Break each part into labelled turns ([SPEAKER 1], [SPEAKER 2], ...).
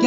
[SPEAKER 1] ギ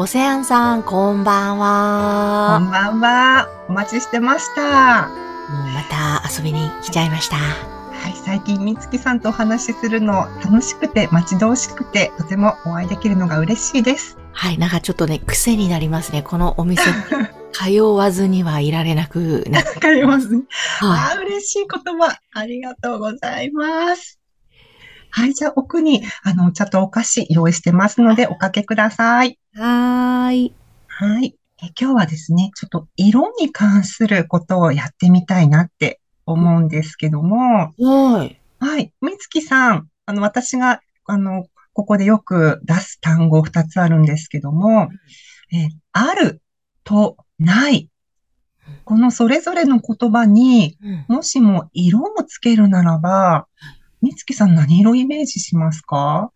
[SPEAKER 2] オセアンさん、こんばん
[SPEAKER 1] こ
[SPEAKER 2] は。
[SPEAKER 1] んばんはお待ちしてましたは
[SPEAKER 2] もうまた遊びに来ちゃいました。
[SPEAKER 1] い最近みつきさんとお話しするの楽しくて待ち遠しくてとてもお会いできるのが嬉しいです
[SPEAKER 2] はい、なんかちょっとね、癖になりますね。このお 店、通わずにはいられなくなっ
[SPEAKER 1] わかりますね
[SPEAKER 2] は
[SPEAKER 1] あー嬉しい言葉ありがとうございますはいじゃあ奥にあのお茶とお菓子用意してますのでおかけください
[SPEAKER 2] い。はーい。
[SPEAKER 1] はい。え今日はですね、ちょっと色に関することをやってみたいなって思うんですけども、
[SPEAKER 2] はい。
[SPEAKER 1] はい。みつきさん、あの、私が、あの、ここでよく出す単語2つあるんですけども、えーあるとない。このそれぞれの言葉に、
[SPEAKER 2] うん
[SPEAKER 1] もしも色をつけるならば、みつきさん何色イメージしますか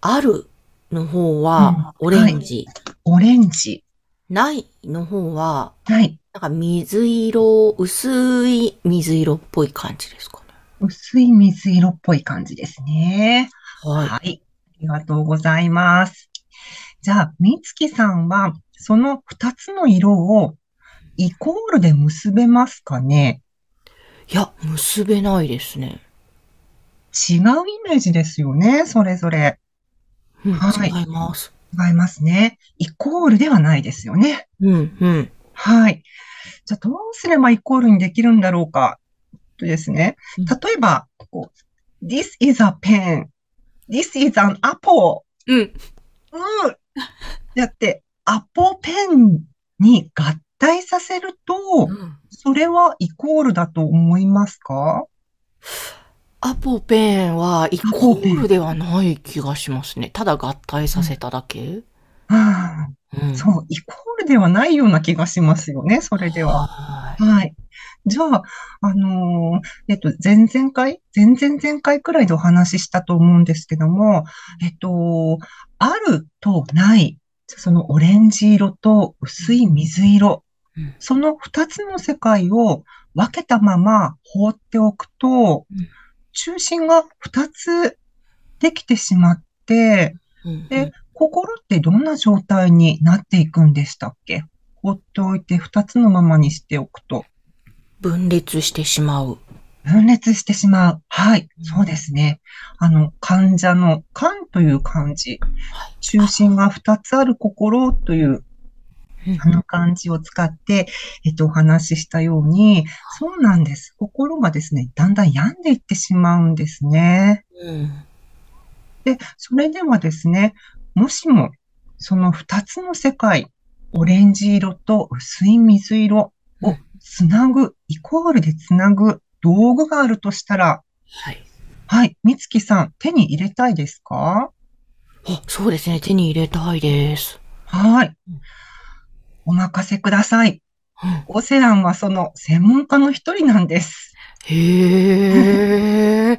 [SPEAKER 2] あるの方は
[SPEAKER 1] うん
[SPEAKER 2] オレンジ、
[SPEAKER 1] オレンジ。
[SPEAKER 2] ないの方は、
[SPEAKER 1] はい。
[SPEAKER 2] なんか水色、薄い水色っぽい感じですかね。
[SPEAKER 1] 薄い水色っぽい感じですね。
[SPEAKER 2] は
[SPEAKER 1] はい。ありがとうございます。じゃあ、みつきさんは、その2つの色をイコールで結べますかね
[SPEAKER 2] い。いや、結べないですね。
[SPEAKER 1] 違うイメージですよね、それぞれ。
[SPEAKER 2] うん、
[SPEAKER 1] はい
[SPEAKER 2] 違います。
[SPEAKER 1] 違いますね。イコールではないですよね。
[SPEAKER 2] うん、うん。
[SPEAKER 1] はい。じゃあ、どうすればイコールにできるんだろうか。とですね。
[SPEAKER 2] うん
[SPEAKER 1] 例えば、こう This is a pen. This is an apple.
[SPEAKER 2] うん。
[SPEAKER 1] うん。だって、アポペンに合体させると、それはイコールだと思いますか
[SPEAKER 2] アポペンはイコールではない気がしますね。ただ合体させただけ、うん
[SPEAKER 1] ああ、そう、イコールではないような気がしますよね、それでは。
[SPEAKER 2] は
[SPEAKER 1] はい。じゃあ、あのーえっと、前々回、前々前回くらいでお話ししたと思うんですけども、えっと、あるとない、そのオレンジ色と薄い水色、
[SPEAKER 2] い。うん
[SPEAKER 1] その二つの世界を分けたまま放っておくと
[SPEAKER 2] うん、
[SPEAKER 1] 中心が二つできてしまって、
[SPEAKER 2] うん
[SPEAKER 1] え心ってどんな状態になっていくんでしたっけ放っておいて二つのままにしておくと、
[SPEAKER 2] 分裂してしまう。
[SPEAKER 1] 分裂してしまう。はい、
[SPEAKER 2] うん
[SPEAKER 1] そうですね。あの、患者の患という漢字、
[SPEAKER 2] はい
[SPEAKER 1] 中心が二つある心というあの漢字を使って、えっと、お話ししたように、そうなんです。心がですね、だんだん病んでいってしまうんですね。
[SPEAKER 2] うん
[SPEAKER 1] で、それではですね、もしも、その二つの世界、オレンジ色と薄い水色をつなぐ、イコールでつなぐ道具があるとしたら、
[SPEAKER 2] はい。
[SPEAKER 1] はい、みつきさん、手に入れたいですか
[SPEAKER 2] あ、そうですね。手に入れたいです。
[SPEAKER 1] はい
[SPEAKER 2] うん。
[SPEAKER 1] お任せください。
[SPEAKER 2] うん
[SPEAKER 1] オセアンはその専門家の一人なんです。
[SPEAKER 2] へえ。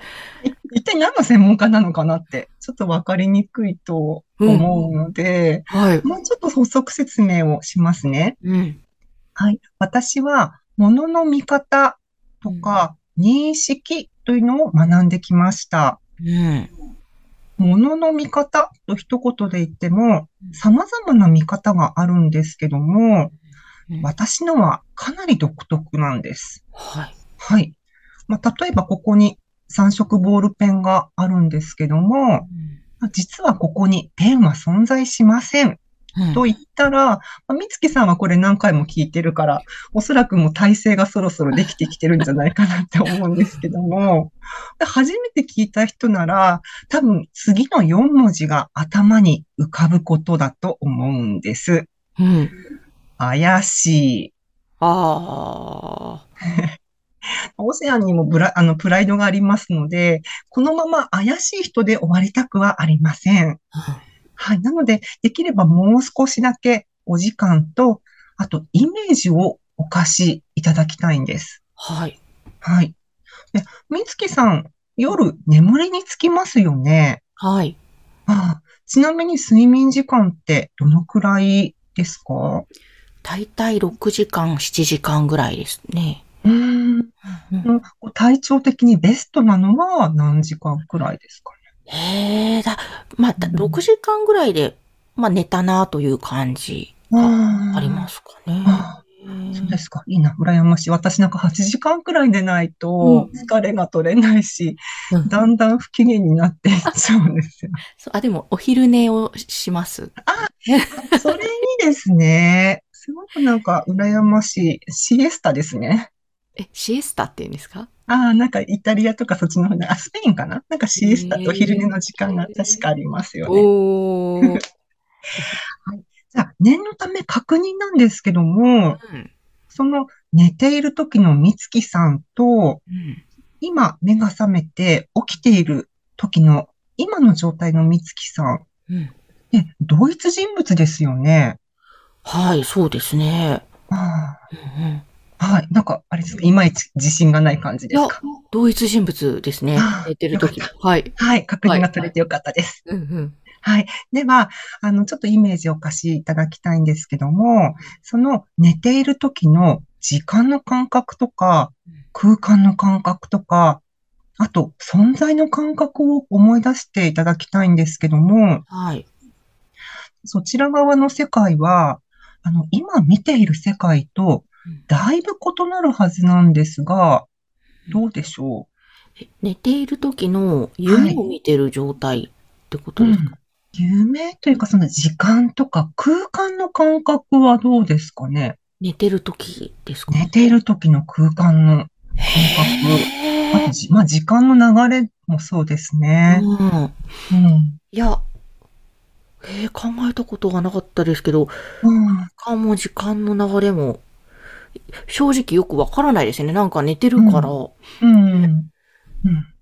[SPEAKER 1] 一体何の専門家なのかなって、ちょっと分かりにくいと思うので、
[SPEAKER 2] はい。
[SPEAKER 1] もうちょっと補足説明をしますね。
[SPEAKER 2] うん。
[SPEAKER 1] はい。私は、物の見方とか、認識というのを学んできました。
[SPEAKER 2] うん。
[SPEAKER 1] 物の見方と一言で言っても
[SPEAKER 2] うん、
[SPEAKER 1] 様々な見方があるんですけども、
[SPEAKER 2] うん
[SPEAKER 1] 私のはかなり独特なんです。
[SPEAKER 2] はい。
[SPEAKER 1] はい。まあ、例えばここに三色ボールペンがあるんですけども、まあ実はここにペンは存在しません
[SPEAKER 2] うん
[SPEAKER 1] と言ったら、まあ、美月さんはこれ何回も聞いてるから、おそらくもう体制がそろそろできてきてるんじゃないかなって思うんですけども、で初めて聞いた人なら、多分次の4文字が頭に浮かぶことだと思うんです。
[SPEAKER 2] うん。
[SPEAKER 1] 怪しい。
[SPEAKER 2] ああ。
[SPEAKER 1] オオセアンにもブラあのプライドがありますので、このまま怪しい人で終わりたくはありません。はい。なので、できればもう少しだけお時間と、あとイメージをお貸しいただきたいんです。
[SPEAKER 2] はい。
[SPEAKER 1] はい。で、みつきさん、夜眠りにつきますよね。
[SPEAKER 2] はい。
[SPEAKER 1] ああちなみに睡眠時間ってどのくらいですか
[SPEAKER 2] 大体6時間、7時間ぐらいですね。
[SPEAKER 1] うーん。こう体調的にベストなのは何時間くらいですかね。
[SPEAKER 2] へえ、だ、まあ、だ
[SPEAKER 1] うん
[SPEAKER 2] 6時間ぐらいで、まあ、寝たなという感じ
[SPEAKER 1] あ
[SPEAKER 2] ありますかね。
[SPEAKER 1] あそうですか。いいな。羨ましい。私なんか8時間くらい寝ないと
[SPEAKER 2] うん
[SPEAKER 1] 疲れが取れないし、
[SPEAKER 2] うん
[SPEAKER 1] だんだん不機嫌になっていっちゃうんです よ。
[SPEAKER 2] そうあ、でも、お昼寝をします。
[SPEAKER 1] それいいですね。すごくなんか羨ましい。シエスタですね。
[SPEAKER 2] え、シエスタって言うんですか
[SPEAKER 1] ああ、なんかイタリアとかそっちの方で、あ、スペインかななんかシエスタと昼寝の時間が確かありますよね。
[SPEAKER 2] おー。
[SPEAKER 1] じゃあ、念のため確認なんですけども、
[SPEAKER 2] うん
[SPEAKER 1] その寝ている時の美月さんと、
[SPEAKER 2] うん
[SPEAKER 1] 今目が覚めて起きている時の今の状態の美月さん、
[SPEAKER 2] うん
[SPEAKER 1] ね、同一人物ですよね。
[SPEAKER 2] はい、そうですね。
[SPEAKER 1] あ
[SPEAKER 2] うんうん
[SPEAKER 1] あ、はい。なんか、あれですか、いまいち自信がない感じですか。
[SPEAKER 2] 同一人物ですね
[SPEAKER 1] あ。ー
[SPEAKER 2] 寝てる時
[SPEAKER 1] よ
[SPEAKER 2] はい。
[SPEAKER 1] はい。確認が取れてよかったです。
[SPEAKER 2] うんうん
[SPEAKER 1] はい。では、あの、ちょっとイメージをお貸しいただきたいんですけども、その寝ている時の時間の感覚とか
[SPEAKER 2] うん、
[SPEAKER 1] 空間の感覚とか、あと、存在の感覚を思い出していただきたいんですけども、
[SPEAKER 2] はい。
[SPEAKER 1] そちら側の世界は、あの、今見ている世界と
[SPEAKER 2] うん、
[SPEAKER 1] だいぶ異なるはずなんですが、どうでしょ
[SPEAKER 2] え寝ている時の夢を見てる状態ってこと
[SPEAKER 1] う、
[SPEAKER 2] ですか、
[SPEAKER 1] 夢というか、その時間とか空間の感覚はどうですかね
[SPEAKER 2] 寝てる時ですか
[SPEAKER 1] 寝ている時の空間の、
[SPEAKER 2] へ
[SPEAKER 1] あとじまあ、時間の流れもそうです
[SPEAKER 2] ー
[SPEAKER 1] ね。
[SPEAKER 2] うん。
[SPEAKER 1] うん。
[SPEAKER 2] いや、えー、考えたことがなかったですけど、
[SPEAKER 1] うん、
[SPEAKER 2] 時間も時間の流れも、正直よくわからないですね。なんか寝てるから、
[SPEAKER 1] うん、うん、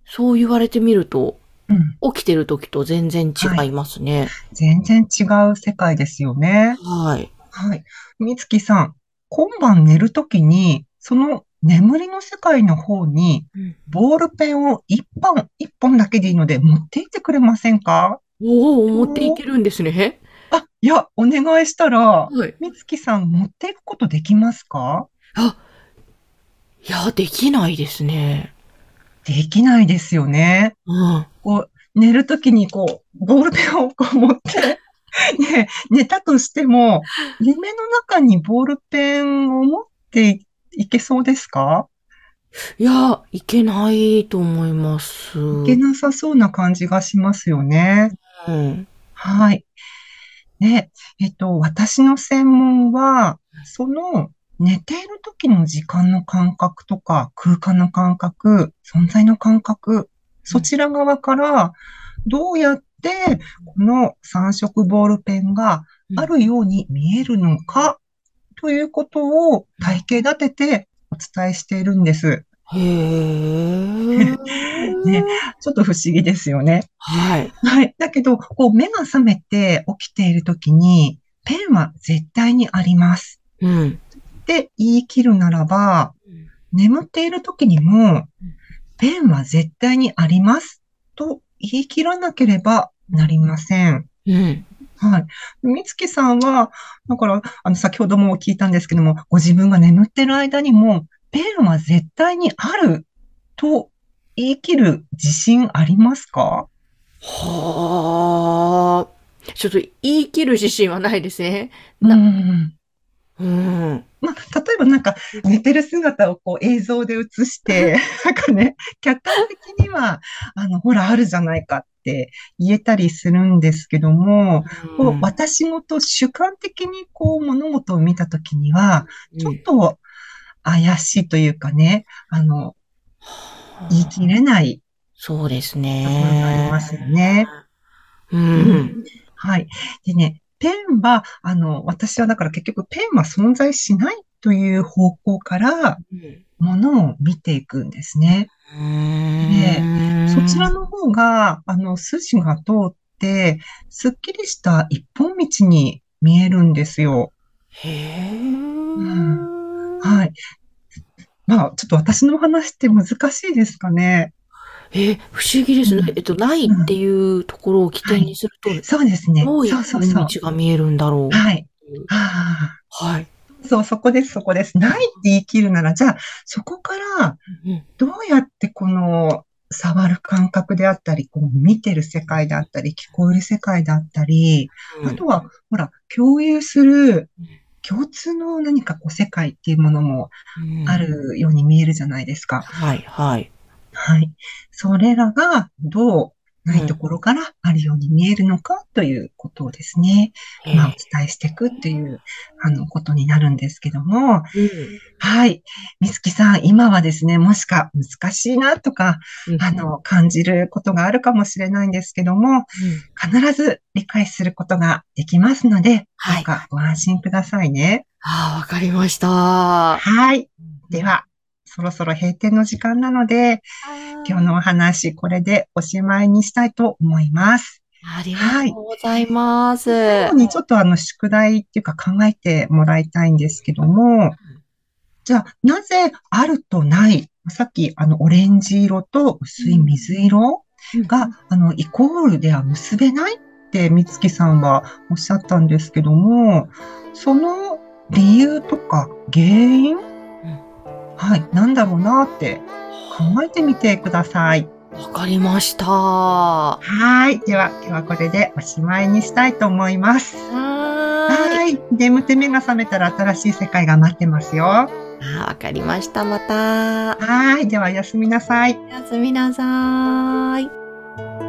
[SPEAKER 2] そう言われてみると、
[SPEAKER 1] うん。
[SPEAKER 2] 起きてる時と全然違いますね。
[SPEAKER 1] 全然違う世界ですよね。
[SPEAKER 2] はい。
[SPEAKER 1] はい。みつきさん、今晩寝る時に、その眠りの世界の方に、
[SPEAKER 2] うん
[SPEAKER 1] ボールペンを一本、一本だけでいいので持っていってくれませんか
[SPEAKER 2] おお、持っていけるんですね。
[SPEAKER 1] あ、いや、お願いしたら、
[SPEAKER 2] はい。
[SPEAKER 1] みつきさん持っていくことできますか
[SPEAKER 2] あ、いや、できないですね。
[SPEAKER 1] できないですよね。
[SPEAKER 2] うん。
[SPEAKER 1] こう、寝るときにこう、ボールペンをこう持って、 ね、寝たとしても、夢の中にボールペンを持っていいけそうですか
[SPEAKER 2] いや、いけないと思います。
[SPEAKER 1] いけなさそうな感じがしますよね。
[SPEAKER 2] うん。
[SPEAKER 1] はい。ね、えっと、私の専門は、その、寝ている時の時間の感覚とか、空間の感覚、存在の感覚、そちら側から、どうやって、この三色ボールペンがあるように見えるのか、ということを体系立ててお伝えしているんです。
[SPEAKER 2] へえ。
[SPEAKER 1] ねちょっと不思議ですよね。
[SPEAKER 2] はい。
[SPEAKER 1] はい。だけど、こう、目が覚めて起きているときに、ペンは絶対にあります。
[SPEAKER 2] うん。
[SPEAKER 1] って言い切るならば、眠っているときにも、ペンは絶対にあります。と言い切らなければなりません。
[SPEAKER 2] うん。
[SPEAKER 1] はい。美月さんは、だから、あの、先ほども聞いたんですけども、ご自分が眠ってる間にも、ペンは絶対にあると言い切る自信ありますか
[SPEAKER 2] はあ。ちょっと言い切る自信はないですね。な
[SPEAKER 1] うん。
[SPEAKER 2] うん。
[SPEAKER 1] まあ、例えばなんか寝てる姿をこう映像で映して、 なんかね、客観的には、あの、ほら、あるじゃないかって言えたりするんですけども、こう
[SPEAKER 2] うん
[SPEAKER 1] 私ごと主観的にこう物事を見たときには、ちょっと怪しいというかね、あの、言い切れない
[SPEAKER 2] そうです
[SPEAKER 1] ところがあり
[SPEAKER 2] ね。
[SPEAKER 1] ますよね。
[SPEAKER 2] うん。
[SPEAKER 1] はい。でね、ペンは、あの、私はだから結局ペンは存在しないという方向からものを見ていくんですね。
[SPEAKER 2] ね
[SPEAKER 1] そちらの方が、あの、筋が通って、すっきりした一本道に見えるんですよ。
[SPEAKER 2] へえ。
[SPEAKER 1] はい。まあ、ちょっと私の話って難しいですかね。
[SPEAKER 2] え、不思議ですね
[SPEAKER 1] うん。
[SPEAKER 2] えっと、ないっていうところを起点にすると、
[SPEAKER 1] そうですね。
[SPEAKER 2] どうい
[SPEAKER 1] そう
[SPEAKER 2] う
[SPEAKER 1] そうそう。
[SPEAKER 2] 道が見えるんだろう。
[SPEAKER 1] はい。あ
[SPEAKER 2] はい。
[SPEAKER 1] あ、そう、そこです、そこです。ないって言い切るなら、じゃあ、そこから、
[SPEAKER 2] うん
[SPEAKER 1] どうやってこの触る感覚であったり、こう見てる世界であったり、聞こえる世界であったり、あとは、ほら、共有する
[SPEAKER 2] うん
[SPEAKER 1] 共通の何かこう世界っていうものも
[SPEAKER 2] うん
[SPEAKER 1] あ。るように見えるじゃないですか。
[SPEAKER 2] はい、はい。
[SPEAKER 1] はい。それらがどうないところからあるように見えるのかということをですね、
[SPEAKER 2] へえ
[SPEAKER 1] まあ、お伝えしていくっていう、あの、ことになるんですけども、はい。みつきさん、今はですね、もしか難しいなとか、
[SPEAKER 2] うん
[SPEAKER 1] あの、感じることがあるかもしれないんですけども、
[SPEAKER 2] うん
[SPEAKER 1] 必ず理解することができますので、
[SPEAKER 2] はい
[SPEAKER 1] どうかご安心くださいね。
[SPEAKER 2] ああ、わかりました。
[SPEAKER 1] はい。では、そろそろ閉店の時間なので、今日のお話、これでおしまいにしたいと思います。
[SPEAKER 2] ありがとうございます。は
[SPEAKER 1] 最後にちょっとあの、宿題っていうか考えてもらいたいんですけども、じゃあ、なぜあるとない、さっきあの、オレンジ色と薄い水色が、あの、イコールでは結べないって、美月さんはおっしゃったんですけども、その理由とか原因、はい、なんだろうなって考えてみてください。
[SPEAKER 2] わかりました。は
[SPEAKER 1] はい。では、今日はこれでおしまいにしたいと思います。
[SPEAKER 2] ーい。
[SPEAKER 1] はい。眠って目が覚めたら新しい世界が待ってますよ。は
[SPEAKER 2] あーわかりました。また。
[SPEAKER 1] い。では、おやすみなさい。
[SPEAKER 2] おやすみなさー
[SPEAKER 3] 「
[SPEAKER 2] い。